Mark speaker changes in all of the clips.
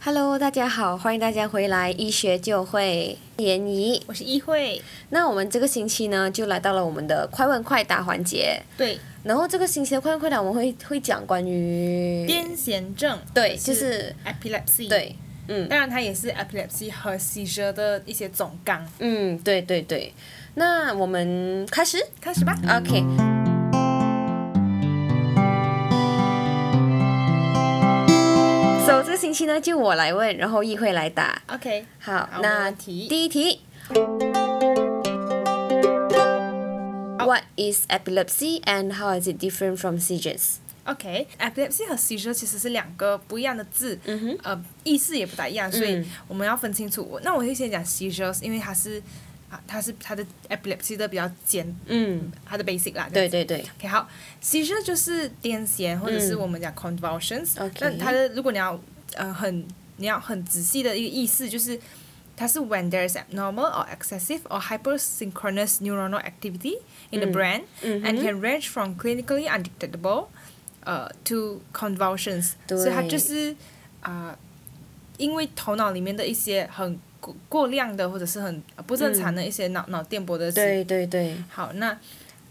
Speaker 1: Hello，大家好，欢迎大家回来医学就会，研怡。
Speaker 2: 我是议会，
Speaker 1: 那我们这个星期呢，就来到了我们的快问快答环节。
Speaker 2: 对，
Speaker 1: 然后这个星期的快问快答，我们会会讲关于
Speaker 2: 癫痫症，
Speaker 1: 对
Speaker 2: 就
Speaker 1: 就是是
Speaker 2: epilepsy，，
Speaker 1: 对，嗯
Speaker 2: 当然它也是 epilepsy 和 seizure 的一些总纲。
Speaker 1: 嗯，对对对。那我们开始
Speaker 2: 开始吧，
Speaker 1: ，OK。so 这个星期呢，就我来问，然后议会来答。
Speaker 2: ，OK，
Speaker 1: 好，
Speaker 2: 好没
Speaker 1: 那
Speaker 2: 问题
Speaker 1: 第一题。What is epilepsy and how is it different from seizures？
Speaker 2: OK，epilepsy、和 seizure 其实是两个不一样的字，
Speaker 1: 嗯哼
Speaker 2: 呃，意思也不大一样，所以
Speaker 1: 嗯
Speaker 2: 我们要分清楚。我那我会先讲 seizures，因为它是啊，它是它的 epilepsy 的比较简，
Speaker 1: 嗯，
Speaker 2: 它的 basic 啦。
Speaker 1: 对
Speaker 2: 这样子。
Speaker 1: 对嗯对，
Speaker 2: OK，好，seizure 就是癫痫或者是我们讲 convulsions，、
Speaker 1: OK
Speaker 2: 那它的如果你要呃很你要很仔细的一个意思就是。它是 when there is abnormal or excessive or hypersynchronous neuronal activity in the
Speaker 1: Mm-hmm.
Speaker 2: brain、and can range from clinically undetectable 呃 to convulsions，
Speaker 1: 对
Speaker 2: 所以它就是啊、呃因为头脑里面的一些很过过量的或者是很呃不正常的一些脑、脑电波的时
Speaker 1: 嗯对对对，
Speaker 2: 好，那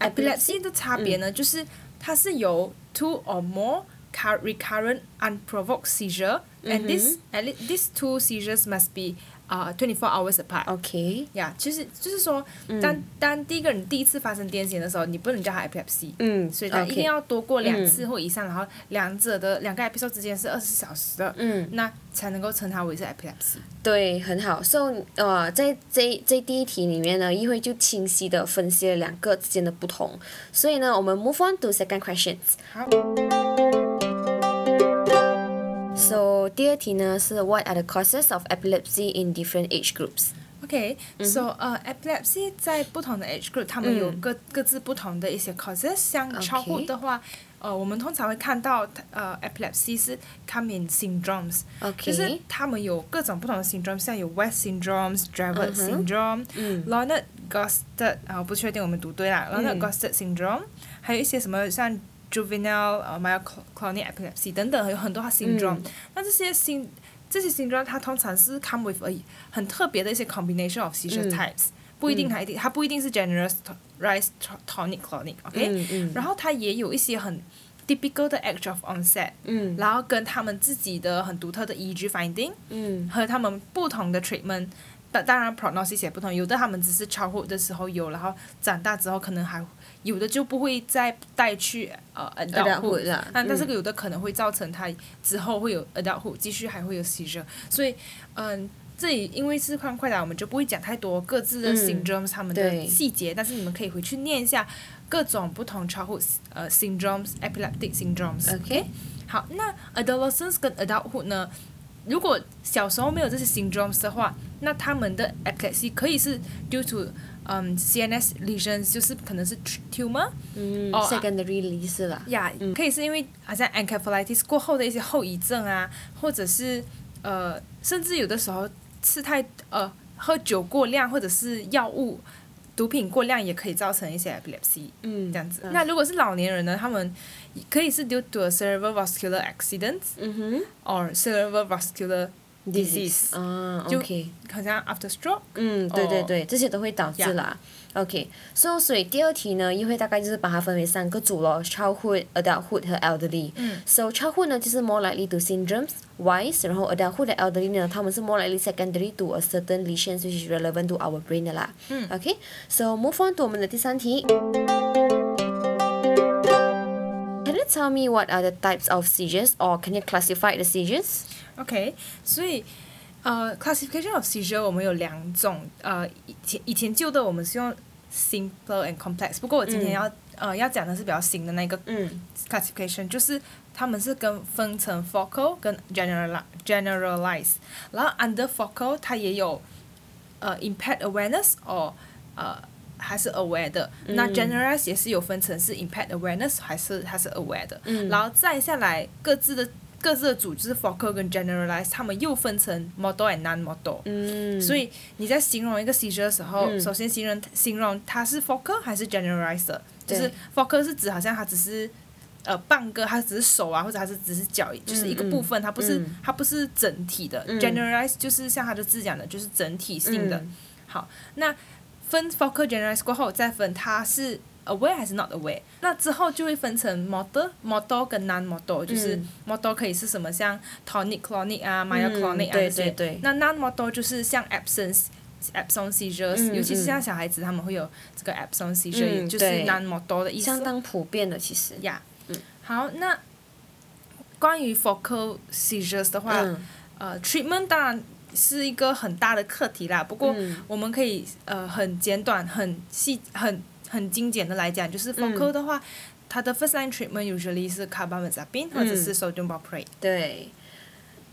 Speaker 1: Epilepsy 嗯
Speaker 2: epilepsy 的差别呢，就是它是由 two or more car- recurrent unprovoked seizure
Speaker 1: 嗯
Speaker 2: and this at least these two seizures must be 啊 twenty four hours
Speaker 1: Oh
Speaker 2: apart。
Speaker 1: OK，
Speaker 2: 呀，就是就是说，
Speaker 1: 嗯
Speaker 2: 当当第一个人第一次发生癫痫的时候，你不能叫他 epilepsy，
Speaker 1: 嗯
Speaker 2: 所以他一定
Speaker 1: OK 嗯
Speaker 2: 要多过两次或以上，然后两者的两个 episode 之间是二十四小时的，
Speaker 1: 嗯，
Speaker 2: 那才能够称它为是 epilepsy。
Speaker 1: 对，很好。So，呃，在这这第一题里面呢，议会就清晰的分析了两个之间的不同。所以呢，我们 move on to second questions。
Speaker 2: 好
Speaker 1: So，第二题呢是 What are the causes of epilepsy in different age groups？嗯
Speaker 2: OK，so 呃，epilepsy 在不同的 age group，他们有各各自不同的一些 causes。像
Speaker 1: OK
Speaker 2: childhood 的话，呃，我们通常会看到呃，epilepsy 是 come in syndromes，
Speaker 1: OK
Speaker 2: 就是他们有各种不同的 syndrome，像有 West syndromes、Dravet
Speaker 1: 嗯
Speaker 2: syndrome、Leonard Gosted，啊，我不确定我们读
Speaker 1: 嗯
Speaker 2: 对啦，Leonard Gosted syndrome，还有一些什么像 juvenile 呃 myoclonic epilepsy 等等，有很
Speaker 1: 嗯
Speaker 2: 多它 syndrome。那这些 syn 这些 syndrome 它通常是 come with a 很特别的一些 combination
Speaker 1: 嗯
Speaker 2: of seizure types，、不一定它一定它不一定是 generalized tonic clonic，OK，、
Speaker 1: 嗯嗯
Speaker 2: 然后它也有一些很 typical 的 age of onset，
Speaker 1: 嗯
Speaker 2: 然后跟他们自己的很独特的 EEG finding
Speaker 1: 嗯
Speaker 2: 和他们不同的 treatment。当当然，prognosis 也不同，有的他们只是 childhood 的时候有，然后长大之后可能还有的就不会再带去呃 adulthood，
Speaker 1: adulthood 啦
Speaker 2: 但但这
Speaker 1: 嗯
Speaker 2: 个有的可能会造成他之后会有 adulthood，继续还会有 seizure，所以嗯，这里因为是快快打，我们就不会讲太多各自的
Speaker 1: 嗯
Speaker 2: syndromes 他们
Speaker 1: 对
Speaker 2: 的细节，但是你们可以回去念一下各种不同 childhood 呃 syndromes epileptic syndromes。
Speaker 1: ，OK，
Speaker 2: 好，那 adolescence 跟 adulthood 呢？如果小时候没有这些 syndromes 的话，那他们的 epilepsy 可以是 due to 嗯、CNS lesions，就是可能是 tumor，
Speaker 1: 嗯
Speaker 2: 哦啊
Speaker 1: ，secondary l e a 啦，
Speaker 2: 呀、可以是因为好像 encephalitis 过后的一些后遗症啊，或者是呃，甚至有的时候吃太呃喝酒过量，或者是药物毒品过量也可以造成一些 epilepsy。
Speaker 1: 嗯
Speaker 2: 这样子，
Speaker 1: 嗯
Speaker 2: 那如果是老年人呢？他们可以是 due to a cerebrovascular accident
Speaker 1: 嗯哼
Speaker 2: or cerebrovascular disease，
Speaker 1: 啊
Speaker 2: 就
Speaker 1: ，OK，
Speaker 2: 好像 after stroke。
Speaker 1: 嗯，对对
Speaker 2: 哦
Speaker 1: 对，这些都会导致啦。OK，so 所以第二题呢，议会大概就是把它分为三个组咯：childhood、adulthood 和 elderly。
Speaker 2: 嗯
Speaker 1: So childhood 呢，就是 more likely to syndromes wise，然后 adulthood 的 elderly 呢，他们是 more likely secondary to a certain lesions which is relevant to our brain 的啦。
Speaker 2: 嗯
Speaker 1: OK，so move on to 我们的第三题。Can you tell me what are the types of seizures, or can you classify the seizures?
Speaker 2: OK，所以呃，classification of seizure 我们有两种，呃，以前以前旧的我们是用 simple and complex，不过我今天要、呃要讲的是比较新的那个
Speaker 1: 嗯
Speaker 2: classification，就是他们是跟分成 focal 跟 general generalize，然后 under focal 它也有呃 impact awareness or 呃还是 aware 的，
Speaker 1: 嗯
Speaker 2: 那 generalize 也是有分成是 impact awareness 还是还是 aware 的，
Speaker 1: 嗯
Speaker 2: 然后再下来各自的各自的组就是 focal 跟 generalize，他们又分成 model and non model，
Speaker 1: 嗯
Speaker 2: 所以你在形容一个 seizure 的时候，
Speaker 1: 嗯
Speaker 2: 首先形容形容它是 focal 还是 generalizer，就
Speaker 1: 对
Speaker 2: 是 focal 是指好像它只是呃半个，它只是手啊，或者它是只是脚，就是一
Speaker 1: 嗯
Speaker 2: 个部分，它不是、它不是整体的。generalize 就是像它的字讲的，就是整体性的。
Speaker 1: 嗯
Speaker 2: 好，那分 focal generalize 过后再分它是 aware 还是 not aware，那之后就会分成 model、model 跟 non
Speaker 1: 嗯
Speaker 2: model，就是 model 可以是什么像 tonic、clonic 啊、myoclonic
Speaker 1: 嗯
Speaker 2: 啊
Speaker 1: 对
Speaker 2: 这些。
Speaker 1: 对对，
Speaker 2: 那 non model 就是像 absence。absence seizures，、
Speaker 1: 嗯
Speaker 2: 尤其是
Speaker 1: 嗯
Speaker 2: 像小孩子，他们会有这个 absence seizure，、
Speaker 1: 嗯
Speaker 2: 也就是
Speaker 1: 对
Speaker 2: non model 的意思
Speaker 1: 相。当普遍的其实。
Speaker 2: 呀、
Speaker 1: 嗯
Speaker 2: 好，那关于 focal seizures 的话，
Speaker 1: 嗯
Speaker 2: 呃，treatment 当然是一个很大的课题啦。不过
Speaker 1: 嗯
Speaker 2: 我们可以呃很简短、很细、很很精简的来讲，就是
Speaker 1: 嗯
Speaker 2: focal 的话，它的 first line treatment usually 是
Speaker 1: 嗯
Speaker 2: carbamazepine 或者是 sodium valproate。
Speaker 1: 对。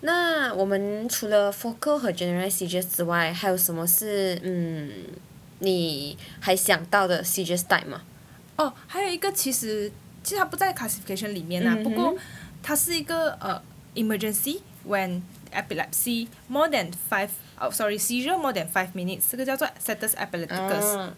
Speaker 1: 那我们除了 focal 和 general seizures 之外，还有什么是嗯你还想到的 seizures type 吗？
Speaker 2: 哦，还有一个其实其实它不在 classification 里面啦，啊
Speaker 1: 嗯哼
Speaker 2: 不过它是一个呃 emergency when epilepsy more than five 哦、sorry seizure more than five minutes，这个叫做 status epilepticus，、
Speaker 1: 嗯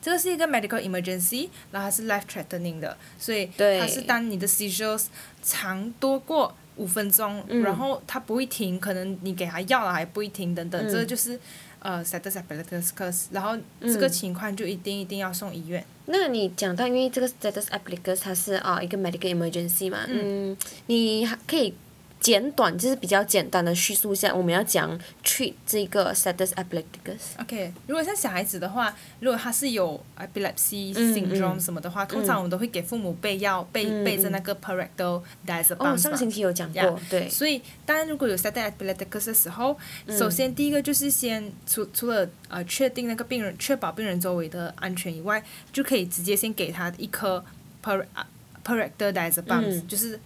Speaker 2: 这个是一个 medical emergency，然后它是 life threatening 的，所以
Speaker 1: 对
Speaker 2: 它是当你的 seizures 长多过。五分钟，
Speaker 1: 嗯
Speaker 2: 然后它不会停，可能你给它药了还不会停，等等，
Speaker 1: 嗯
Speaker 2: 这个就是呃 status epilepticus，然后这个
Speaker 1: 嗯
Speaker 2: 情况就一定一定要送医院。
Speaker 1: 那你讲到，因为这个 status applicus 它是啊、一个 medical emergency 嘛，嗯，你还可以简短就是比较简单的叙述一下，我们要讲 treat 这个 status applicus。
Speaker 2: OK，如果像小孩子的话，如果他是有 epilepsy
Speaker 1: 嗯
Speaker 2: syndrome
Speaker 1: 嗯
Speaker 2: 什么的话，通常我们都会给父母备药，备
Speaker 1: 嗯
Speaker 2: 备着那个 parental diazepam
Speaker 1: 哦，上
Speaker 2: 嘛
Speaker 1: 星期有讲过
Speaker 2: Yeah，
Speaker 1: 对，嗯
Speaker 2: 所以，当然如果有 s e t a t epilepticus 的时候，首先第一个就是先除除了呃确定那个病人确保病人周围的安全以外，就可以直接先给他一颗 per parental diazepam，、
Speaker 1: 嗯
Speaker 2: 就是。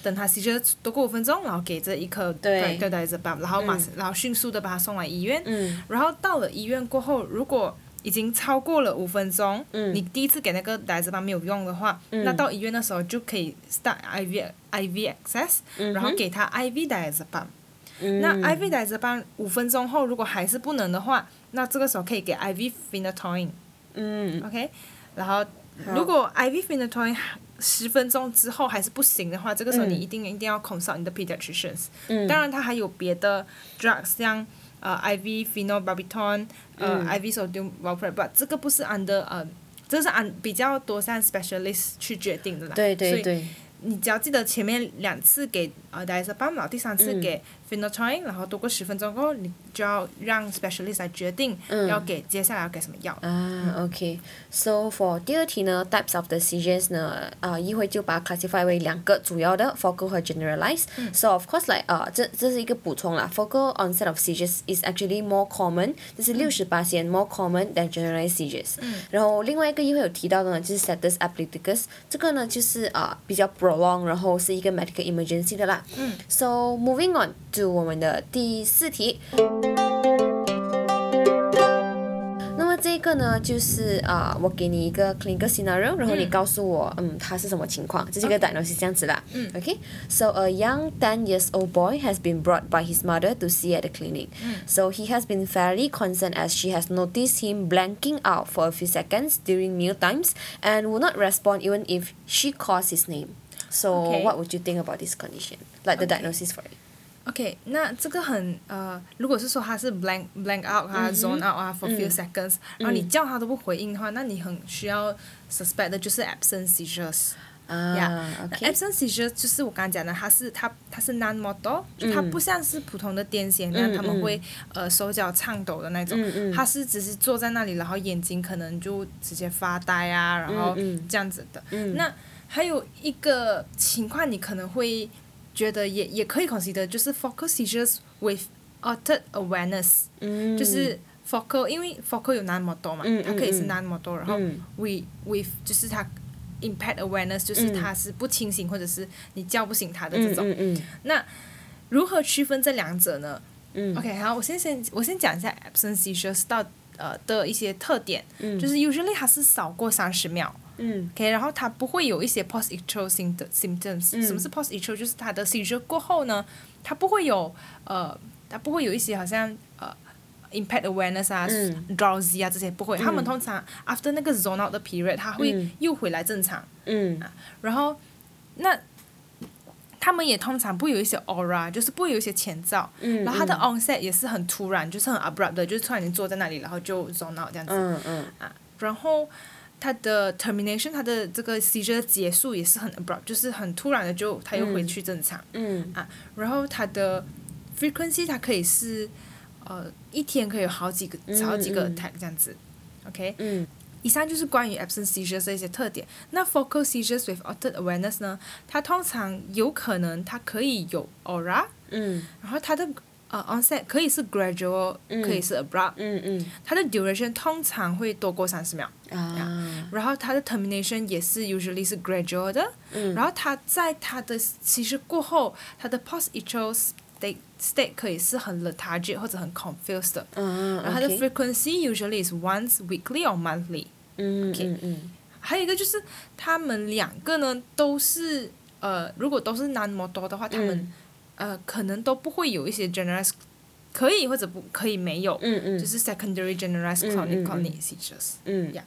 Speaker 2: 等他 seizure 多过五分钟，然后给这一颗
Speaker 1: 对
Speaker 2: parental diazepam，然后马、然后迅速的把他送来医院，
Speaker 1: 嗯
Speaker 2: 然后到了医院过后，如果已经超过了五分钟，
Speaker 1: 嗯
Speaker 2: 你第一次给那个 diazepam 没有用的话，
Speaker 1: 嗯
Speaker 2: 那到医院的时候就可以 start IV IV access，、
Speaker 1: 嗯哼
Speaker 2: 然后给他 IV diazepam。
Speaker 1: 嗯
Speaker 2: 那 IV diazepam 五分钟后如果还是不能的话，那这个时候可以给 IV phenytoin，OK、
Speaker 1: 嗯
Speaker 2: OK？然后
Speaker 1: 好
Speaker 2: 如果 IV phenytoin 十分钟之后还是不行的话，这个时候
Speaker 1: 嗯
Speaker 2: 你一定、一定要 consult 你的 pediatricians。
Speaker 1: 嗯
Speaker 2: 当然，它还有别的 drugs，像呃 IV phenobarbital，呃、
Speaker 1: 嗯
Speaker 2: IV sodium valproate，but 这个不是 under 呃，这是按比较多像 specialist 去决定的啦。
Speaker 1: 对对
Speaker 2: 所以
Speaker 1: 对，
Speaker 2: 你只要记得前面两次给呃 diazepam，然后第三
Speaker 1: 嗯
Speaker 2: 次给 phenytoin，、然后多过十分钟过后，你就要让 specialist 来决定
Speaker 1: 嗯
Speaker 2: 要给、接下来要给什么药。
Speaker 1: 啊，OK。So for 第二题呢，types of the seizures 呢，啊，议会就把它 classify 为两个主要的 focal 和 generalized。So of course like 啊，这这是一个补充啦。Focal onset of seizures is actually more common，这是六十八 more common than generalized seizures。然后另外一个议会有提到的呢，就是 status epilepticus，这个呢就是啊比较 prolong，然后是一个 medical emergency 的啦。
Speaker 2: 嗯。
Speaker 1: So moving on to 我们的第四题。那么这个呢，就是啊、我给你一个 clinical scenario，然后你告诉我，嗯，它是什么情况，这是一个 diagnosis 这样子啦。
Speaker 2: 嗯
Speaker 1: OK。So a young 10 years old boy has been brought by his mother to see at the clinic.
Speaker 2: Mm.
Speaker 1: So he has been fairly concerned as she has noticed him blanking out for a few seconds during meal times and would not respond even if she calls his name. So
Speaker 2: Okay.
Speaker 1: what would you think about this condition? Like the diagnosis for it?
Speaker 2: OK，那这个很呃，如果是说他是 blank blank out 啊、zone out 啊，for few seconds，、然后你叫他都不回应的话，那你很需要 suspect 的就是 absence seizures。
Speaker 1: 啊
Speaker 2: Yeah，
Speaker 1: ，OK，
Speaker 2: absence seizure 就是我刚刚讲的，它是它它是 non motor，、就它不像是普通的癫痫那样，
Speaker 1: 嗯
Speaker 2: 他们会呃手脚颤抖的那种，
Speaker 1: 嗯嗯
Speaker 2: 它是只是坐在那里，然后眼睛可能就直接发呆啊，然后
Speaker 1: 嗯嗯
Speaker 2: 这样子的。
Speaker 1: 嗯
Speaker 2: 那还有一个情况，你可能会觉得也也可以 consider 就是 focal seizures with altered awareness，、
Speaker 1: 嗯
Speaker 2: 就是 focal，因为 focal 有 non motor 嘛，
Speaker 1: 嗯嗯
Speaker 2: 它可以是
Speaker 1: 嗯
Speaker 2: non motor，然后
Speaker 1: 嗯
Speaker 2: with with 就是它 impact awareness，就是它是不清醒或者是你叫不醒它的这种。
Speaker 1: 嗯嗯
Speaker 2: 那如何区分这两者呢？
Speaker 1: 嗯
Speaker 2: OK，好，我先先我先讲一下 absence seizures 到呃的一些特点，
Speaker 1: 嗯
Speaker 2: 就是 usually 它是少过三十秒。
Speaker 1: 嗯
Speaker 2: OK，然后它不会有一些 post ictal symptoms、
Speaker 1: 嗯
Speaker 2: 什么是 post ictal？就是它的 seizure 过后呢，它不会有呃，它不会有一些好像呃 impact awareness 啊、
Speaker 1: 嗯
Speaker 2: drowsy 啊这些不会。他们通常 after 那个 zone out 的 period，它会
Speaker 1: 嗯
Speaker 2: 又回来正常。
Speaker 1: 嗯
Speaker 2: 然后那他们也通常不会有一些 aura，就是不会有一些前兆，
Speaker 1: 嗯，
Speaker 2: 然后他的
Speaker 1: 嗯
Speaker 2: onset 也是很突然，就是很 abrupt 的，就是突然间坐在那里，然后就 zone out 这样子。
Speaker 1: 嗯嗯
Speaker 2: 然后他的 termination，他的这个 seizure 的结束也是很 abrupt，就是很突然的就他又回去正常。
Speaker 1: 嗯
Speaker 2: 然后它的 frequency 它可以是呃一天可以有好几个
Speaker 1: 嗯
Speaker 2: 好几个
Speaker 1: 嗯
Speaker 2: attack 这样子。OK，
Speaker 1: 嗯
Speaker 2: 以上就是关于 absent seizures 的一些特点。那 focal seizures with altered awareness 呢？它通常有可能它可以有 aura，
Speaker 1: 嗯
Speaker 2: 然后它的呃 onset 可以是 gradual，、
Speaker 1: 嗯
Speaker 2: 可以是 abrupt，
Speaker 1: 嗯
Speaker 2: 它的 duration 通常会多过三十秒，
Speaker 1: 嗯啊，
Speaker 2: 然后它的 termination 也是 usually 是 gradual 的，
Speaker 1: 嗯
Speaker 2: 然后它在它的其实过后，它的 post atrial state state 可以是很 lethargic 或者很 confused 的，
Speaker 1: 嗯，
Speaker 2: 然后它的
Speaker 1: OK
Speaker 2: frequency usually is once weekly or monthly。
Speaker 1: 嗯
Speaker 2: OK
Speaker 1: 嗯嗯
Speaker 2: 还有一个就是他们两个呢都是呃，如果都是 non motor 的话，他
Speaker 1: 嗯
Speaker 2: 们、呃可能都不会有一些 generalized 可以或者不可以没有，
Speaker 1: 嗯嗯，
Speaker 2: 就是 secondary generalized
Speaker 1: 嗯
Speaker 2: chronic
Speaker 1: 嗯嗯
Speaker 2: chronic seizures。
Speaker 1: 嗯
Speaker 2: Yeah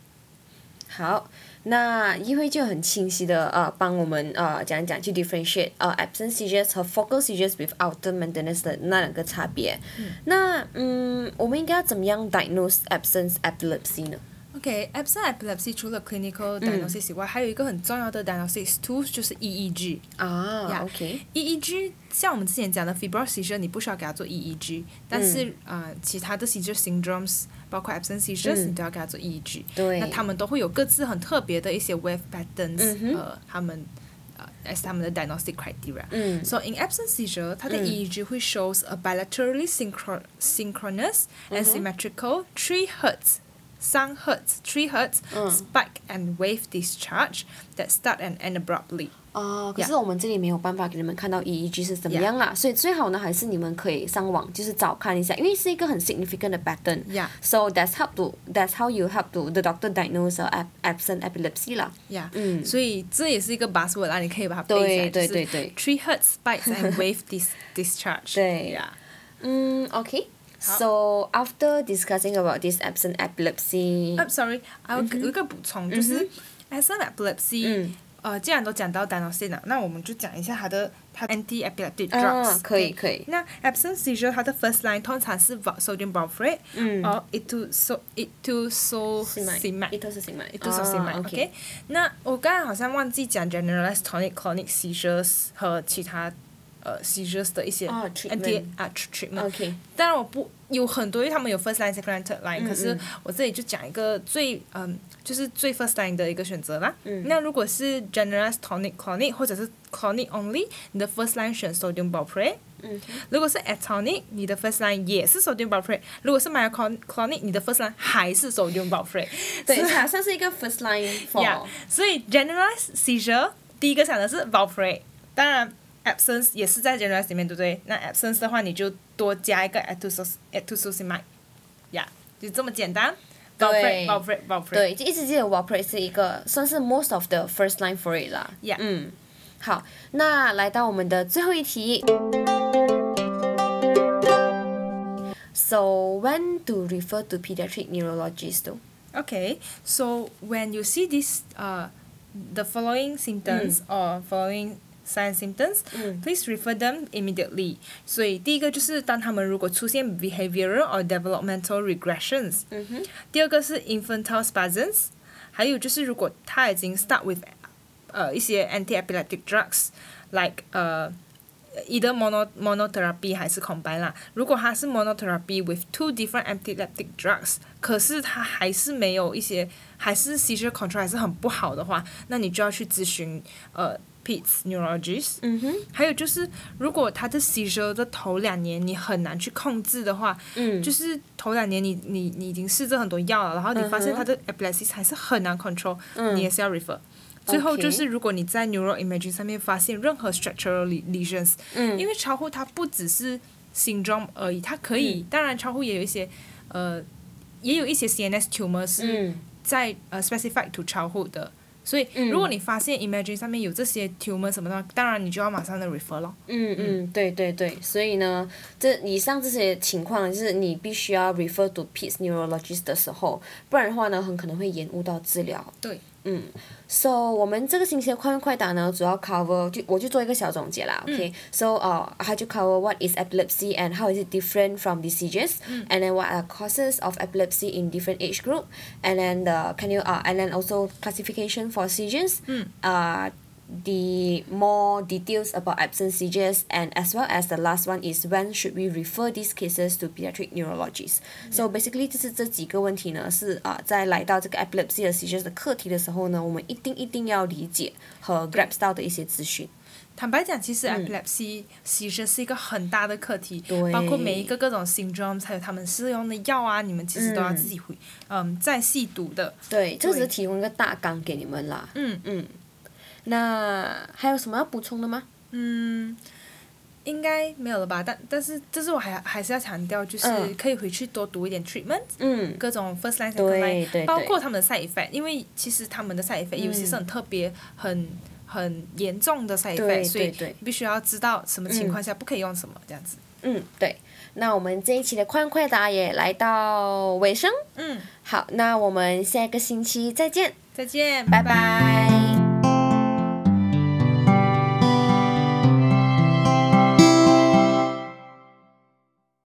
Speaker 1: 好，那议会就很清晰的呃帮我们呃讲一讲去 differentiate 呃 absent seizures 和 focal seizures with outer maintenance 的那两个差别。那嗯，我们应该要怎么样 diagnose absence epilepsy 呢？
Speaker 2: OK，absent、epilepsy 除了 clinical diagnosis 以外，还有一个很重要的 diagnosis tools 就是 E EEG。
Speaker 1: 啊
Speaker 2: Yeah
Speaker 1: ，OK，
Speaker 2: EEG 像我们之前讲的 febrile，E seizure，你不需要给他做 EEG，但是、呃，其他的 seizure syndromes，包括 absent seizures，、
Speaker 1: 嗯
Speaker 2: 你都要给他做 EEG。
Speaker 1: 对
Speaker 2: 那他们都会有各自很特别的一些 wave patterns，、
Speaker 1: 嗯哼
Speaker 2: 呃，他们呃 as 他们的 diagnostic criteria。
Speaker 1: 嗯
Speaker 2: So in absent seizure，它的
Speaker 1: 嗯
Speaker 2: EEG 会 shows a bilaterally synchro synchronous and symmetrical three hertz。三 hertz, three hertz
Speaker 1: 嗯
Speaker 2: spike and wave discharge that start and end abruptly.
Speaker 1: 哦，可
Speaker 2: Yeah
Speaker 1: 是我们这里没有办法给你们看到 EEG 是怎么
Speaker 2: Yeah
Speaker 1: 样啦，所以最好呢还是你们可以上网就是找看一下，因为是一个很 significant 的 pattern。
Speaker 2: Yeah.
Speaker 1: So that's how to that's how you help to the doctor diagnose a ab- absent epilepsy 啦。
Speaker 2: Yeah，
Speaker 1: 嗯
Speaker 2: 所以这也是一个 buzzword 啊，你可以把它背
Speaker 1: 对
Speaker 2: 起来，
Speaker 1: 对
Speaker 2: 就是
Speaker 1: 对对
Speaker 2: Three hertz spikes and wave dis discharge。
Speaker 1: 对
Speaker 2: yeah.
Speaker 1: Mm, okay.
Speaker 2: How-
Speaker 1: So after discussing about this absent epilepsy,
Speaker 2: I'm sorry，还有有一个补充，就是 as an epilepsy，
Speaker 1: 嗯
Speaker 2: 呃，既然都讲到 d i n o s i n 了，那我们就讲一下它的它 anti epileptic
Speaker 1: 啊
Speaker 2: drugs。
Speaker 1: 可以
Speaker 2: okay？
Speaker 1: 可以
Speaker 2: 那 absent seizure 它的 first line 通常是 val- sodium valproate，
Speaker 1: 嗯
Speaker 2: 哦，etoso
Speaker 1: Simite.
Speaker 2: etososimide。
Speaker 1: It also simite.
Speaker 2: 也都是 s i
Speaker 1: Ah,
Speaker 2: m OK，那我刚才好像忘记讲 generalized tonic clonic seizures 和其他呃 seizures 的一些
Speaker 1: 哦
Speaker 2: anti
Speaker 1: ，treatment
Speaker 2: 啊 tr- treatment。
Speaker 1: Okay.
Speaker 2: 当然我不有很多，因为他们有 first line、second line、third line，、可是我这里就讲一个最嗯，就是最 first line 的一个选择啦。那如果是 generalized tonic clonic 或者是 clonic only，你的 first line 选 sodium valproate。如果是 atonic，你的 first line 也是 sodium valproate；如果是 myoclonic，你的 first line 还是 sodium valproate。
Speaker 1: 对，它算是一个 first line for
Speaker 2: Yeah，所以 generalized seizure 第一个想的是 valproate，当然 absence 也是在 generalized 里面，对不对？那 absence 的话，你就多加一个 atosos atososimide，yeah，就这么简单。
Speaker 1: 对
Speaker 2: valproate valproate valproate。
Speaker 1: 对，就一直记得 Walpret 是一个算是 most of the first line for it 啦。
Speaker 2: Yeah.
Speaker 1: 嗯，好，那来到我们的最后一题。So when to refer to pediatric neurologist though?
Speaker 2: Okay, so when you see this, uh, the following symptoms or following sign symptoms, please refer them immediately. 所以第一个就是当他们如果出现 behavioral or developmental regressions，、第二个是 infantile spasms，还有就是如果他已经 start with 呃一些 anti-epileptic drugs like 呃。either mono monotherapy 还是 combine 啦。如果它是 monotherapy with two different epileptic drugs，可是它还是没有一些，还是 seizure control 还是很不好的话，那你就要去咨询呃 PEDS neurologist。嗯哼。还有就是，如果他的 seizure 的头两年你很难去控制的话，嗯，就是头两年你你你已经试着很多药了，然后你发现他的 epilepsy 还是很难 control，、你也是要 refer。最后就
Speaker 1: OK
Speaker 2: 是，如果你在 neural imaging 上面发现任何 structural le- lesions，、因为超乎它不只是 syndrome 而已，它可以，当然超乎也有一些，呃，也有一些 CNS tumor
Speaker 1: 嗯
Speaker 2: 是在、呃 specified to 超乎的，所以
Speaker 1: 嗯
Speaker 2: 如果你发现 imaging 上面有这些 tumor 什么的，当然你就要马上的 refer 咯。
Speaker 1: 嗯嗯，对对对，所以呢，这以上这些情况就是你必须要 refer to PEDS neurologist 的时候，不然的话呢，很可能会延误到治疗。
Speaker 2: 对
Speaker 1: 嗯，so 我们这个星期的快问快答呢，主要 cover 就我就做一个小总结啦，OK，so 呃，它就 cover what is epilepsy and how is it different from diseases，and then what are causes of epilepsy in different age group，and then the can you uh and then also classification for seizures，uh the more details about absent seizures and as well as the last one is when should we refer these cases to pediatric neurologists. So basically 就是这几个问题呢是啊、在来到这个 epilepsy 的 seizures 的课题的时候呢，我们一定一定要理解和 grasp 到的一些资讯。
Speaker 2: 坦白讲，其实 epilepsy 其实是一个很大的课题，
Speaker 1: 嗯对
Speaker 2: 包括每一个各种 syndrome，还有他们适用的药啊，你们其实都要自己回，嗯，再细读的。
Speaker 1: 对，这只是
Speaker 2: 对
Speaker 1: 提供一个大纲给你们啦。
Speaker 2: 嗯
Speaker 1: 嗯，那还有什么要补充的吗？
Speaker 2: 嗯，应该没有了吧？但但是，但是我还还是要强调，就是
Speaker 1: 嗯
Speaker 2: 可以回去多读一点 treatment，、
Speaker 1: 嗯，
Speaker 2: 各种 first line、second
Speaker 1: 对
Speaker 2: line，
Speaker 1: 对嗯
Speaker 2: 包
Speaker 1: 对
Speaker 2: 括他们的 side effect，因为其实他们的 side effect 有些是很特别、很很严重的 side
Speaker 1: 对
Speaker 2: effect，所以
Speaker 1: 对嗯对
Speaker 2: 必须要知道什么情况下不可以用什么这样子。
Speaker 1: 嗯，对。那我们这一期的快问快答也来到尾声。
Speaker 2: 嗯，
Speaker 1: 好，那我们下一个星期再见，
Speaker 2: 再见，
Speaker 1: 拜拜